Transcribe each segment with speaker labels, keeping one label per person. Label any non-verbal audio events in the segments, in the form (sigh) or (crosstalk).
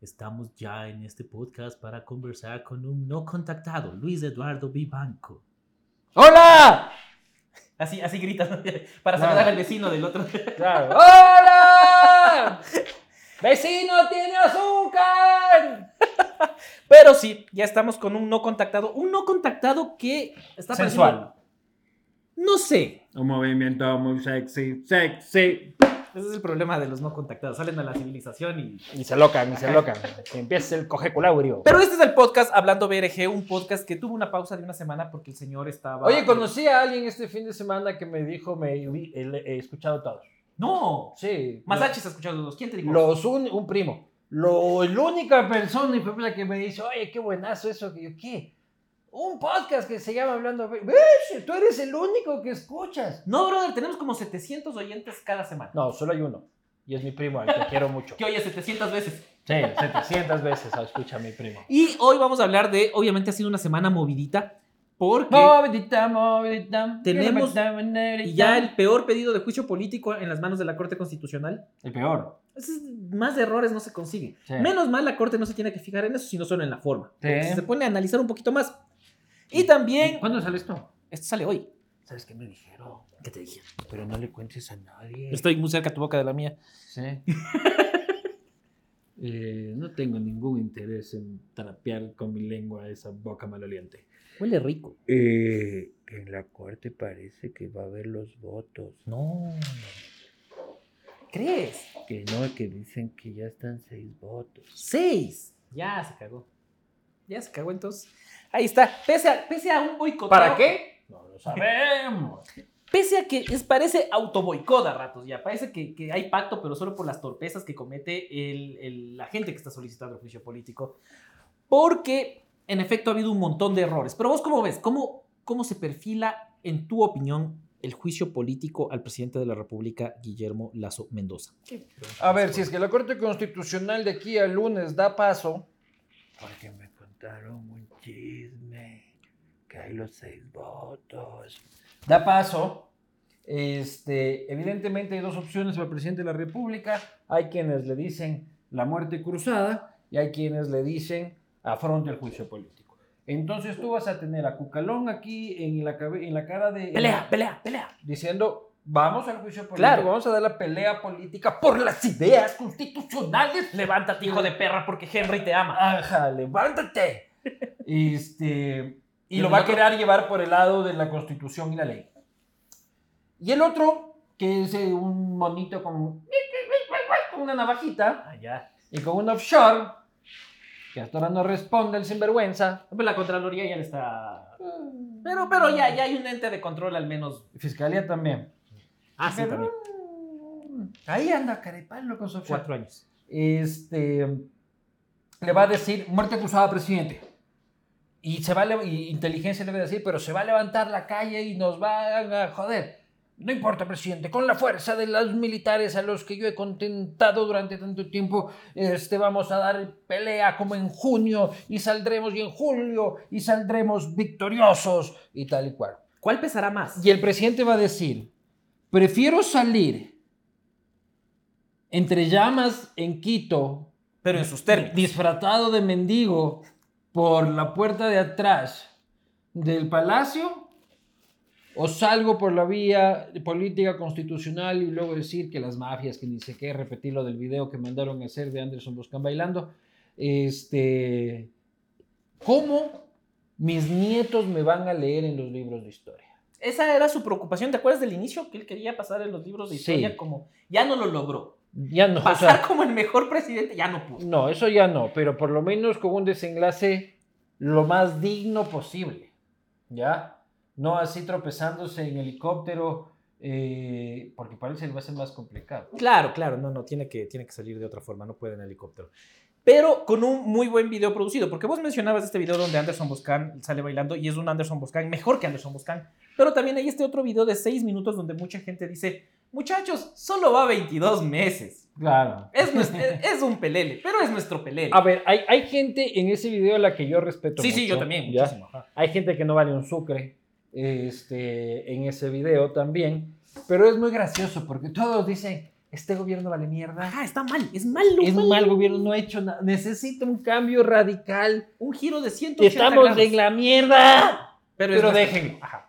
Speaker 1: Estamos ya en este podcast para conversar con un no contactado, Luis Eduardo Vivanco.
Speaker 2: ¡Hola!
Speaker 1: Así, así gritas, ¿no? (laughs) para saludar
Speaker 2: Claro.
Speaker 1: al vecino del otro. (laughs)
Speaker 2: Claro. ¡Hola! (laughs) ¡Vecino tiene azúcar!
Speaker 1: Pero sí, ya estamos con un no contactado. Un no contactado que está
Speaker 2: Sensual.
Speaker 1: pareciendo- No sé.
Speaker 3: Un movimiento muy sexy, sexy.
Speaker 1: Ese es el problema de los no contactados. Salen a la civilización y.
Speaker 2: Y se locan, y se locan. Que empiece el cojeculaurio.
Speaker 1: Pero este es el podcast Hablando BRG, un podcast que tuvo una pausa de una semana porque el señor estaba.
Speaker 2: Oye, conocí a alguien este fin de semana que me dijo, me vi- he, he escuchado todos.
Speaker 1: No.
Speaker 2: Sí.
Speaker 1: Masachi se ha escuchado los. ¿Quién te dijo?
Speaker 2: Los un, un primo. Lo, la única persona y fue la que me dice, oye, qué buenazo eso. Que yo, ¿qué? Un podcast que se llama Hablando. Be- ¿Ves? Tú eres el único que escuchas.
Speaker 1: No, brother, tenemos como 700 oyentes cada semana.
Speaker 2: No, solo hay uno. Y es mi primo, al que
Speaker 3: (laughs)
Speaker 2: quiero mucho.
Speaker 1: Que oye 700 veces.
Speaker 2: Sí, 700 veces escucha a mi primo.
Speaker 1: Y hoy vamos a hablar de. Obviamente ha sido una semana movidita porque.
Speaker 2: Movidita, movidita.
Speaker 1: Tenemos- Y ya el peor pedido de juicio político en las manos de la Corte Constitucional.
Speaker 2: el peor.
Speaker 1: Entonces, más errores no se consiguen.
Speaker 2: Sí.
Speaker 1: Menos mal la Corte no se tiene que fijar en eso, sino solo en la forma.
Speaker 2: Sí.
Speaker 1: Porque Si
Speaker 3: Este,
Speaker 1: se pone a analizar un poquito más. Y también,
Speaker 2: ¿Cuándo sale esto?
Speaker 1: esto sale hoy.
Speaker 2: ¿Sabes qué me dijeron?
Speaker 1: ¿Qué te dije?
Speaker 2: Pero no le cuentes a nadie.
Speaker 1: Estoy muy cerca a tu boca de la mía.
Speaker 2: Sí.
Speaker 3: (laughs) Eh, no tengo ningún interés en trapear con mi lengua esa boca maloliente.
Speaker 1: Huele rico.
Speaker 3: Eh, en la corte parece que va a haber los votos.
Speaker 1: No. ¿Crees?
Speaker 3: Que no, que dicen que ya están seis votos.
Speaker 1: Seis. Ya se cagó. Ya se cagó entonces. Ahí está. Pese a, pese a un boicoteo.
Speaker 2: ¿Para qué?
Speaker 3: No
Speaker 2: (laughs)
Speaker 3: lo sabemos.
Speaker 1: Pese a que es, parece autoboicoda a ratos ya, parece que, que hay pacto, pero solo por las torpezas que comete el- el- la gente que está solicitando el juicio político. Porque, en efecto, ha habido un montón de errores. Pero vos, ¿cómo ves? ¿Cómo, cómo se perfila, en tu opinión, el juicio político al presidente de la República, Guillermo Lazo Mendoza?
Speaker 2: A ver, si es que la Corte Constitucional de aquí al lunes da paso.
Speaker 3: Porque me contaron un chisme. Que hay los seis votos.
Speaker 2: Da paso. Este, evidentemente hay dos opciones para el presidente de la República. Hay quienes le dicen la muerte cruzada y hay quienes le dicen afronte el juicio político. Entonces tú vas a tener a Cucalón aquí en la, cabe- en la cara de...
Speaker 1: Pelea, pelea, pelea.
Speaker 2: diciendo, vamos al juicio político,
Speaker 1: Claro.
Speaker 2: vamos a dar la pelea política por las ideas constitucionales.
Speaker 1: Levántate, hijo de perra, porque Henry te ama. (laughs)
Speaker 2: Ajá, levántate. este, y
Speaker 1: Y
Speaker 2: lo
Speaker 1: el
Speaker 2: va a
Speaker 1: otro-
Speaker 2: querer llevar por el lado de la constitución y la ley. Y el otro, que es eh, un monito con, con una navajita
Speaker 1: Ah, ya.
Speaker 2: y con un offshore, que hasta ahora no responde el sinvergüenza.
Speaker 1: Pues La Contraloría ya le está... Pero, pero ya, ya hay un ente de control al menos.
Speaker 2: Fiscalía también.
Speaker 1: Ah, sí,
Speaker 2: Pero,
Speaker 1: también.
Speaker 2: Ahí anda Carepalo con su offshore.
Speaker 1: Cuatro años.
Speaker 2: este, le va a decir muerte cruzada presidente. Y se va a lev- y inteligencia le va a decir, pero se va a levantar la calle y nos van a joder. No importa, presidente, con la fuerza de los militares a los que yo he contentado durante tanto tiempo, este, vamos a dar pelea como en junio y saldremos y en julio y saldremos victoriosos y tal y cual.
Speaker 1: ¿Cuál pesará más?
Speaker 2: Y el presidente va a decir, prefiero salir entre llamas en Quito,
Speaker 1: Pero en sus términos.
Speaker 2: disfrazado de mendigo, por la puerta de atrás del palacio, o salgo por la vía política constitucional y luego decir que las mafias, que ni sé qué, repetir lo del video que mandaron a hacer de Anderson Boscan bailando, este, ¿cómo mis nietos me van a leer en los libros de historia?
Speaker 1: Esa era su preocupación. ¿Te acuerdas del inicio? Que él quería pasar en los libros de
Speaker 2: Sí.
Speaker 1: historia como... Ya no lo logró.
Speaker 2: Ya no. o sea,
Speaker 1: Pasar como el mejor presidente ya no pudo.
Speaker 2: no, eso ya no, pero por lo menos con un desenlace lo más digno posible. ¿Ya? No así tropezándose en helicóptero, eh, porque parece que va a ser más complicado.
Speaker 1: Claro, claro. No, no. Tiene que, tiene que salir de otra forma. No puede en helicóptero. Pero con un muy buen video producido. Porque vos mencionabas este video donde Anderson Boscan sale bailando y es un Anderson Boscan mejor que Anderson Boscan. Pero también hay este otro video de 6 minutos donde mucha gente dice... Muchachos, solo va 22 meses.
Speaker 2: Claro.
Speaker 1: Es, nuestro- (laughs) es un pelele, pero es nuestro pelele.
Speaker 2: A ver, hay, hay gente en ese video a la que yo respeto
Speaker 1: sí, sí,
Speaker 2: mucho,
Speaker 1: yo también.
Speaker 2: ¿ya?
Speaker 1: Muchísimo. ajá.
Speaker 2: Hay gente que no vale un sucre este, en ese video también. Pero es muy gracioso porque todos dicen, Este gobierno vale mierda.
Speaker 1: Ajá, está mal, es malo.
Speaker 2: Es un
Speaker 1: malo.
Speaker 2: mal gobierno, no ha hecho nada. Necesita un cambio radical.
Speaker 1: Un giro de 180
Speaker 2: Estamos
Speaker 1: grados.
Speaker 2: de la mierda.
Speaker 1: Pero,
Speaker 2: Pero
Speaker 1: es,
Speaker 2: déjenlo. Ajá,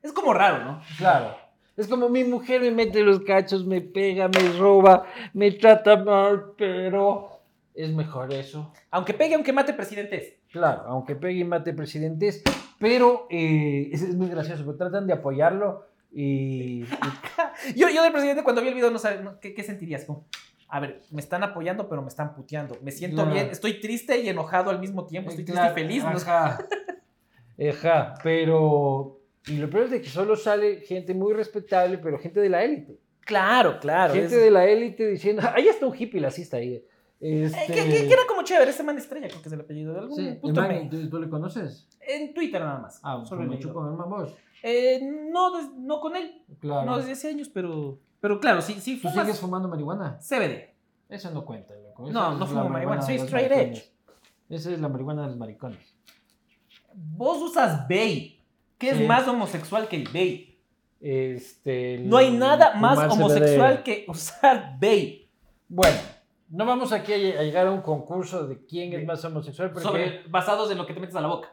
Speaker 1: es como raro, ¿no?
Speaker 2: claro. Es como mi mujer me mete los cachos, me pega, me roba, me trata mal, pero es mejor eso.
Speaker 1: Aunque pegue, aunque mate presidentes.
Speaker 2: Claro, aunque pegue y mate presidentes, pero eh, es, es muy gracioso, porque tratan de apoyarlo y, y
Speaker 1: Yo, yo del presidente, cuando vi el video, no sabía no, ¿qué, qué sentirías. Como, a ver, me están apoyando, pero me están puteando. Me siento
Speaker 2: Claro.
Speaker 1: bien, estoy triste y enojado al mismo tiempo. Estoy triste
Speaker 2: Claro,
Speaker 1: y feliz. ¿no?
Speaker 2: Ajá. Ajá, pero. Y lo peor es de que solo sale gente muy respetable, pero gente de la élite.
Speaker 1: Claro, claro.
Speaker 2: gente
Speaker 1: es-
Speaker 2: de la élite diciendo. Ahí está un hippie lacista ahí. Este,
Speaker 1: Eh, que, que- que era como chévere, ese man estrella, creo que es el apellido de algún
Speaker 2: Sí,
Speaker 1: punto.
Speaker 2: Emmanuel,
Speaker 1: me-
Speaker 2: ¿tú, tú le conoces?
Speaker 1: En Twitter nada más.
Speaker 2: Ah,
Speaker 1: solo
Speaker 2: solo
Speaker 1: he
Speaker 2: me
Speaker 1: leído.
Speaker 2: chupo el mamos.
Speaker 1: Eh, no, des- no con él,
Speaker 2: Claro. Pues
Speaker 1: no desde hace años, pero, pero claro, sí, sí
Speaker 2: ¿Tú
Speaker 1: fumas
Speaker 2: sigues fumando marihuana?
Speaker 1: CBD.
Speaker 2: Eso no cuenta, loco. Esa
Speaker 1: No,
Speaker 2: es
Speaker 1: no
Speaker 2: la
Speaker 1: fumo marihuana, soy
Speaker 2: de los
Speaker 1: straight
Speaker 2: maricones.
Speaker 1: edge.
Speaker 2: Esa es la marihuana de los maricones.
Speaker 1: Vos usas vape, que
Speaker 2: Sí.
Speaker 1: es más homosexual que el vape.
Speaker 2: Este, el
Speaker 1: No hay nada más
Speaker 2: fumar CBD.
Speaker 1: homosexual que usar vape.
Speaker 2: Bueno, no vamos aquí a lle- a llegar a un concurso de quién es más homosexual, porque
Speaker 1: Sobre, basados en lo que te metes a la boca.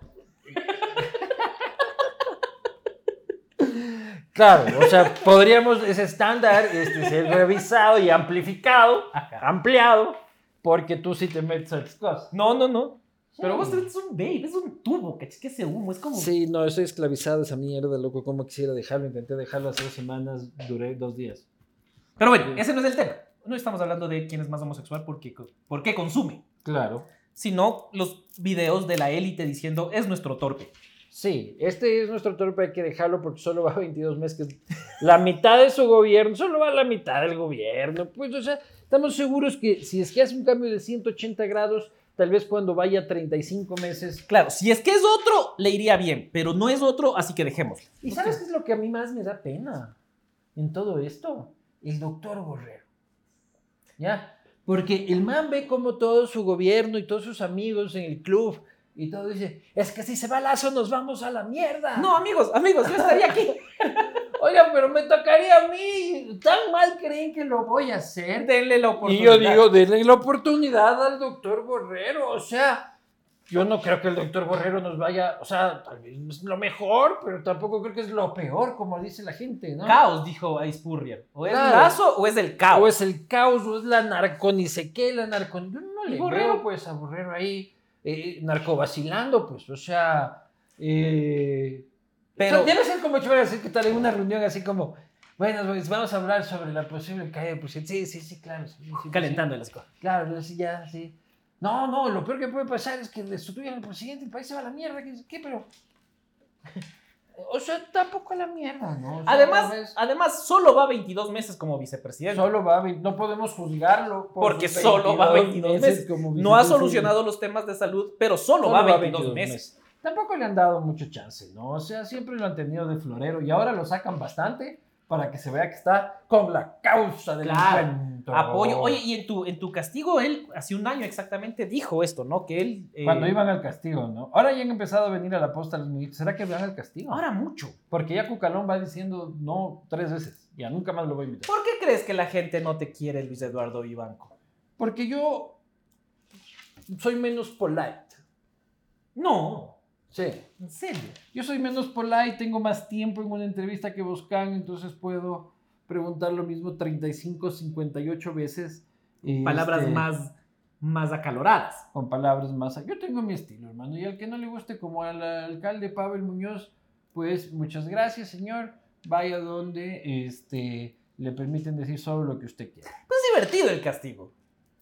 Speaker 2: claro, o sea, (laughs) podríamos ese estándar este, ser revisado y amplificado, ampliado, porque tú sí te metes a las cosas.
Speaker 1: No, no, no. Pero
Speaker 2: Sí.
Speaker 1: vos te metes un vape, es un tubo, ¿cachai? Que ese humo es como.
Speaker 2: Sí, no, estoy esclavizado a esa mierda, loco, como quisiera dejarlo, intenté dejarlo hace dos semanas, duré dos días.
Speaker 1: Pero bueno, ese no es el tema. No estamos hablando de quién es más homosexual porque, por qué consume,
Speaker 2: Claro.
Speaker 1: sino los videos de la élite diciendo es nuestro torpe.
Speaker 2: Sí, este es nuestro torpe, hay que dejarlo porque solo va (laughs) 22 meses, que es la mitad de su gobierno, solo va la mitad del gobierno. Pues, o sea, estamos seguros que si es que hace un cambio de 180 grados, tal vez cuando vaya a 35 meses.
Speaker 1: Claro, si es que es otro, le iría bien, pero no es otro, así que dejémoslo.
Speaker 2: ¿Y sabes qué es lo que a mí más me da pena en todo esto? El doctor Borrero. ¿Ya? Porque el man ve como todo su gobierno y todos sus amigos en el club y todo dice, es que si se va Lazo nos vamos a la mierda.
Speaker 1: No, amigos, amigos, yo estaría aquí.
Speaker 2: (laughs) Oigan, pero me tocaría a mí. Tan mal creen que lo voy a hacer.
Speaker 1: Denle la
Speaker 2: Y
Speaker 1: oportunidad.
Speaker 2: yo digo, denle la oportunidad al doctor Borrero. O sea, yo no creo que el doctor Borrero nos vaya. O sea, tal vez no es lo mejor, pero tampoco creo que es lo peor, como dice la gente, ¿no?
Speaker 1: Caos, dijo Aispurrier. O es
Speaker 2: Claro.
Speaker 1: Lazo o es el caos.
Speaker 2: O es el caos, o es la narco, ni sé qué, la narco. Yo no
Speaker 1: ¿Y
Speaker 2: le
Speaker 1: Borrero?
Speaker 2: veo, pues, a Borrero ahí eh, narcovacilando, pues. O sea. eh,
Speaker 1: pero
Speaker 2: O sea, debe ser como chévere decir que tal en una reunión así como, bueno, pues, vamos a hablar sobre la posible caída de presidente. Sí, sí, sí, claro. sí, sí, sí,
Speaker 1: calentando las cosas.
Speaker 2: sí. claro, sí, ya, sí. No, no, lo peor que puede pasar es que destituyan al presidente, el país se va a la mierda. ¿Qué? qué, pero? (laughs) O sea, tampoco a la mierda, ¿no? O sea, tal
Speaker 1: Además,
Speaker 2: vez
Speaker 1: además, solo va 22 meses como vicepresidente.
Speaker 2: solo va, a ve- no podemos juzgarlo. por
Speaker 1: Porque
Speaker 2: sus
Speaker 1: solo va 22 meses. No
Speaker 2: como
Speaker 1: ha
Speaker 2: vicepresidente.
Speaker 1: solucionado los temas de salud, pero solo,
Speaker 2: Solo
Speaker 1: va
Speaker 2: va
Speaker 1: 22,
Speaker 2: 22
Speaker 1: meses.
Speaker 2: meses. Tampoco le han dado mucho chance, ¿no? O sea, siempre lo han tenido de florero y ahora lo sacan bastante para que se vea que está con la causa del
Speaker 1: Claro.
Speaker 2: encuentro.
Speaker 1: Apoyo. Oye, y en tu, en tu castigo, él hace un año exactamente dijo esto, ¿no? Que él. eh,
Speaker 2: Cuando iban al castigo, ¿no? Ahora ya han empezado a venir a la posta los ministros. ¿Será que van al castigo?
Speaker 1: Ahora mucho.
Speaker 2: Porque ya Cucalón va diciendo no tres veces. Ya nunca más lo voy a invitar.
Speaker 1: ¿Por qué crees que la gente no te quiere, Luis Eduardo Vivanco?
Speaker 2: Porque yo soy menos polite.
Speaker 1: No,
Speaker 2: Sí.
Speaker 1: en serio.
Speaker 2: Yo soy menos polite, tengo más tiempo en una entrevista que Boscan, entonces puedo preguntar lo mismo 35, 58 veces. y,
Speaker 1: Palabras
Speaker 2: este,
Speaker 1: más, más acaloradas.
Speaker 2: Con palabras más. Yo tengo mi estilo, hermano, y al que no le guste, como al alcalde Pavel Muñoz, pues muchas gracias, señor. Vaya donde este, le permiten decir solo lo que usted quiera.
Speaker 1: Pues es divertido el castigo.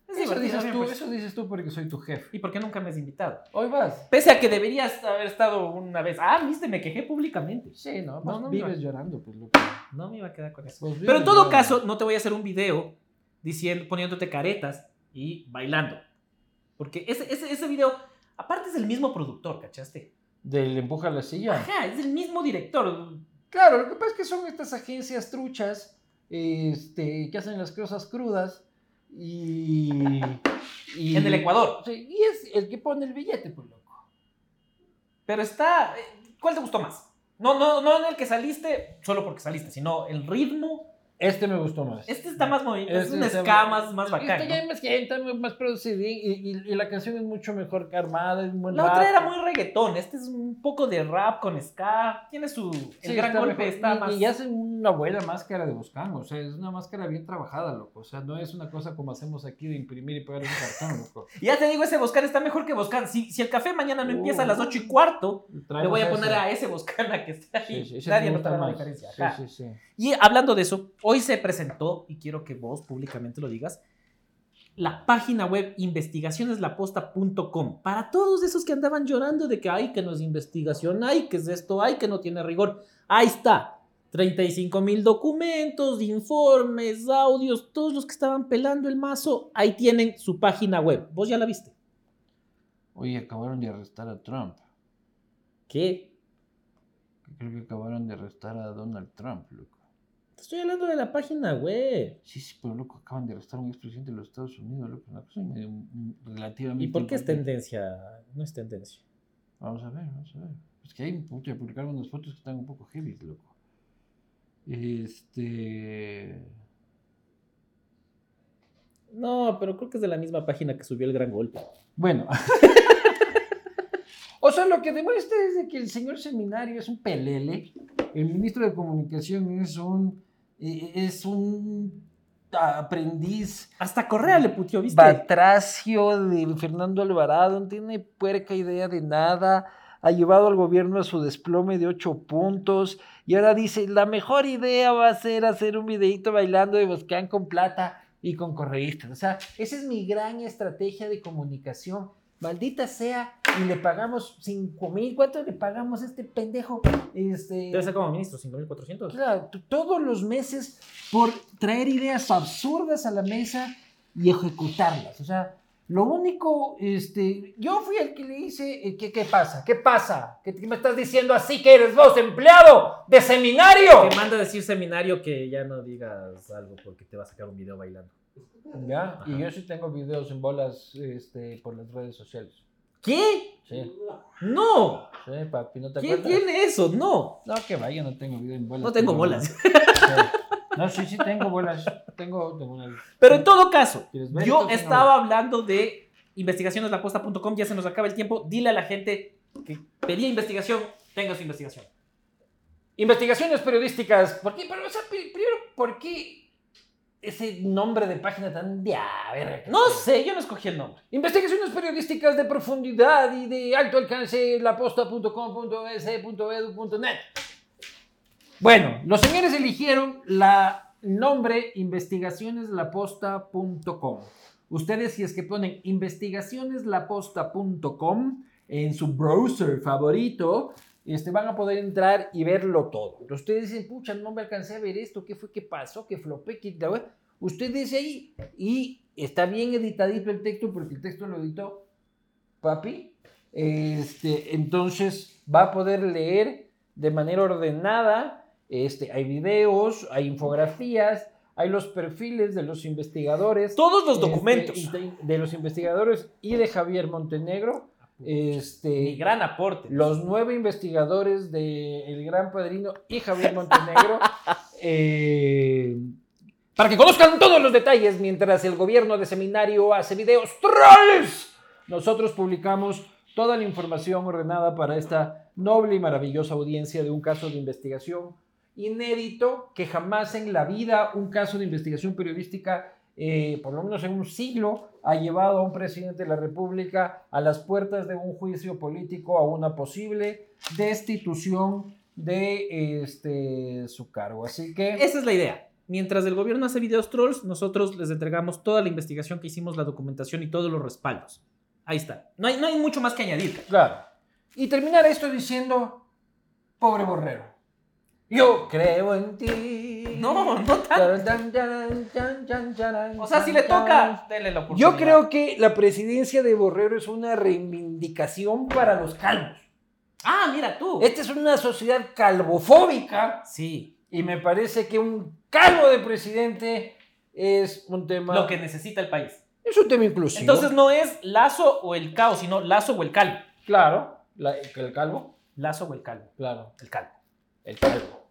Speaker 1: Es
Speaker 2: Eso
Speaker 1: divertido. a mí
Speaker 2: dices,
Speaker 1: me
Speaker 2: tú,
Speaker 1: parece.
Speaker 2: eso dices tú porque soy tu jefe.
Speaker 1: ¿Y por qué nunca me has invitado?
Speaker 2: Hoy vas.
Speaker 1: Pese a que deberías haber estado una vez. Ah, viste, me quejé públicamente.
Speaker 2: Sí, no,
Speaker 1: No,
Speaker 2: vos
Speaker 1: no,
Speaker 2: vives llorando, pues loco.
Speaker 1: No me iba a quedar con eso.
Speaker 2: Vos
Speaker 1: Pero
Speaker 2: vives
Speaker 1: en todo
Speaker 2: llorando.
Speaker 1: caso, no te voy a hacer un video diciendo, poniéndote caretas y bailando. Porque ese, ese, ese video, aparte es del mismo productor, ¿cachaste?
Speaker 2: Del empuja la silla.
Speaker 1: Ajá, es el mismo director.
Speaker 2: Claro, lo que pasa es que son estas agencias truchas este, que hacen las cosas crudas y, (laughs) y-
Speaker 1: En el Ecuador.
Speaker 2: Sí, y es el que pone el billete, pues loco.
Speaker 1: Pero está. eh, ¿Cuál te gustó más? No, no, no en el que saliste, solo porque saliste, sino el ritmo
Speaker 2: Este me gustó más.
Speaker 1: Este está más movido, es
Speaker 2: Este
Speaker 1: un
Speaker 2: está-
Speaker 1: ska más, más bacán.
Speaker 2: Este ya hay más gente, más producido y, y- y la canción es mucho mejor armada. Es
Speaker 1: ¿no?
Speaker 2: buen
Speaker 1: La otra
Speaker 2: rap.
Speaker 1: era muy reggaetón, este es un poco de rap con ska, tiene su... El
Speaker 2: Sí,
Speaker 1: gran
Speaker 2: está
Speaker 1: golpe
Speaker 2: mejor.
Speaker 1: está
Speaker 2: y,
Speaker 1: más...
Speaker 2: Y hacen una buena máscara de Boscán, o sea, es una máscara bien trabajada, loco. O sea, no es una cosa como hacemos aquí de imprimir y pegar en un cartón, loco.
Speaker 1: Ya te digo, ese Boscan está mejor que Boscan. Si, si el café mañana no empieza
Speaker 2: Uh.
Speaker 1: a las 8 y cuarto, (laughs) le voy a poner a ese Boscan a que está ahí. Nadie notará la diferencia. Ajá.
Speaker 2: Sí, sí, sí.
Speaker 1: Y hablando de eso, hoy se presentó, y quiero que vos públicamente lo digas, la página web investigacioneslaposta.com. Para todos esos que andaban llorando de que ay, que no es investigación, ay, que es esto, ay, que no tiene rigor. Ahí está. 35 mil documentos, informes, audios, todos los que estaban pelando el mazo, ahí tienen su página web. ¿Vos ya la viste?
Speaker 2: Oye, acabaron de arrestar a Trump.
Speaker 1: ¿Qué?
Speaker 2: Creo que acabaron de arrestar a Donald Trump, loco.
Speaker 1: Te estoy hablando de la página web.
Speaker 2: Sí, sí, pero loco, acaban de arrestar a un expresidente de los Estados Unidos, loco. Una cosa medio, mm, relativamente.
Speaker 1: ¿Y por qué es
Speaker 2: importante.
Speaker 1: tendencia? No es tendencia.
Speaker 2: Vamos a ver, vamos a ver. Es que hay puta, publicaron unas fotos que están un poco heavy, loco. Este.
Speaker 1: No, pero creo que es de la misma página que subió el gran golpe.
Speaker 2: Bueno. (laughs) o sea, lo que demuestra es de que el señor seminario es un pelele. El ministro de comunicación es un. eh, es un aprendiz
Speaker 1: Hasta Correa le puteó, ¿viste?
Speaker 2: batracio de Fernando Alvarado, no tiene puerca idea de nada, ha llevado al gobierno a su desplome de ocho puntos y ahora dice, la mejor idea va a ser hacer un videito bailando de Boscán con plata y con correístas. O sea, esa es mi gran estrategia de comunicación. Maldita sea, y le pagamos cinco mil, ¿cuánto le pagamos a este pendejo? Este,
Speaker 1: Debe ser como ministro, 5.400.
Speaker 2: Claro, t- todos los meses por traer ideas absurdas a la mesa y ejecutarlas. O sea, lo único, este, yo fui el que le hice, eh, ¿qué, qué pasa? ¿Qué pasa? ¿Qué, qué me estás diciendo así que eres vos, empleado de seminario?
Speaker 1: Te manda a decir seminario que ya no digas algo porque te va a sacar un video bailando.
Speaker 2: Ya,
Speaker 1: y yo
Speaker 2: sí tengo videos en bolas este, por las redes sociales.
Speaker 1: ¿Qué?
Speaker 2: Sí,
Speaker 1: ¡No!
Speaker 2: sí, papi, ¿no te
Speaker 1: ¿Quién tiene eso? ¡No!
Speaker 2: No, que vaya, no tengo video en bolas.
Speaker 1: No tengo bolas.
Speaker 2: No, sí, sí tengo bolas. Tengo, tengo una...
Speaker 1: (laughs) Pero en todo caso,
Speaker 2: ¿Quieres ver?
Speaker 1: yo
Speaker 2: Entonces, no.
Speaker 1: estaba hablando de investigacioneslaposta.com, ya se nos acaba el tiempo. Dile a la gente que pedía investigación, tenga su investigación.
Speaker 2: Este. Investigaciones periodísticas. ¿Por qué? Pero, o sea, pri- primero, ¿por qué ese nombre de página tan de a verga que
Speaker 1: No
Speaker 2: tiene?
Speaker 1: sé, yo no escogí el nombre.
Speaker 2: Investigaciones periodísticas de profundidad y de alto alcance, laposta.com.es.edu.net. Bueno, los señores eligieron la el nombre investigacioneslaposta.com. Ustedes, si es que ponen investigacioneslaposta.com en su browser favorito, este, van a poder entrar y verlo todo. Ustedes dicen, pucha, no me alcancé a ver esto, ¿qué fue? ¿Qué pasó? ¿Qué flopé? ¿Qué la web? Ustedes ahí y está bien editadito el texto porque el texto lo editó papi. Este, entonces va a poder leer de manera ordenada. Este, hay videos, hay infografías, hay los perfiles de los investigadores.
Speaker 1: Todos los
Speaker 2: este,
Speaker 1: documentos.
Speaker 2: y de- de los investigadores y de Javier Montenegro.
Speaker 1: Mi
Speaker 2: Este,
Speaker 1: gran aporte.
Speaker 2: los nueve investigadores de El Gran Padrino y
Speaker 1: (laughs)
Speaker 2: Javier Montenegro. eh, para que conozcan todos los detalles mientras el gobierno de seminario hace videos trolls. Nosotros publicamos toda la información ordenada para esta noble y maravillosa audiencia de un caso de investigación inédito que jamás en la vida un caso de investigación periodística, eh, por lo menos en un siglo, ha llevado a un presidente de la República a las puertas de un juicio político, a una posible destitución de este, su cargo. Así que...
Speaker 1: Esa es la idea. Mientras el gobierno hace videos trolls, nosotros les entregamos toda la investigación que hicimos, la documentación y todos los respaldos. Ahí está. No hay, no hay mucho más que añadir.
Speaker 2: Claro. Y terminar esto diciendo, pobre borrero. Yo creo en ti.
Speaker 1: No, no tanto.
Speaker 2: O
Speaker 1: O sea, si le toca, denle la oportunidad.
Speaker 2: Yo creo que la presidencia de Borrero es una reivindicación para los calvos.
Speaker 1: Ah, mira tú.
Speaker 2: Esta es una sociedad calvofóbica
Speaker 1: Sí,
Speaker 2: y me parece que un calvo de presidente es un tema...
Speaker 1: lo que necesita el país.
Speaker 2: Es un tema inclusivo.
Speaker 1: Entonces no es lazo o el caos, sino lazo o el calvo.
Speaker 2: claro, la- el calvo,
Speaker 1: Lazo o el calvo.
Speaker 2: claro,
Speaker 1: El calvo.
Speaker 2: el calvo.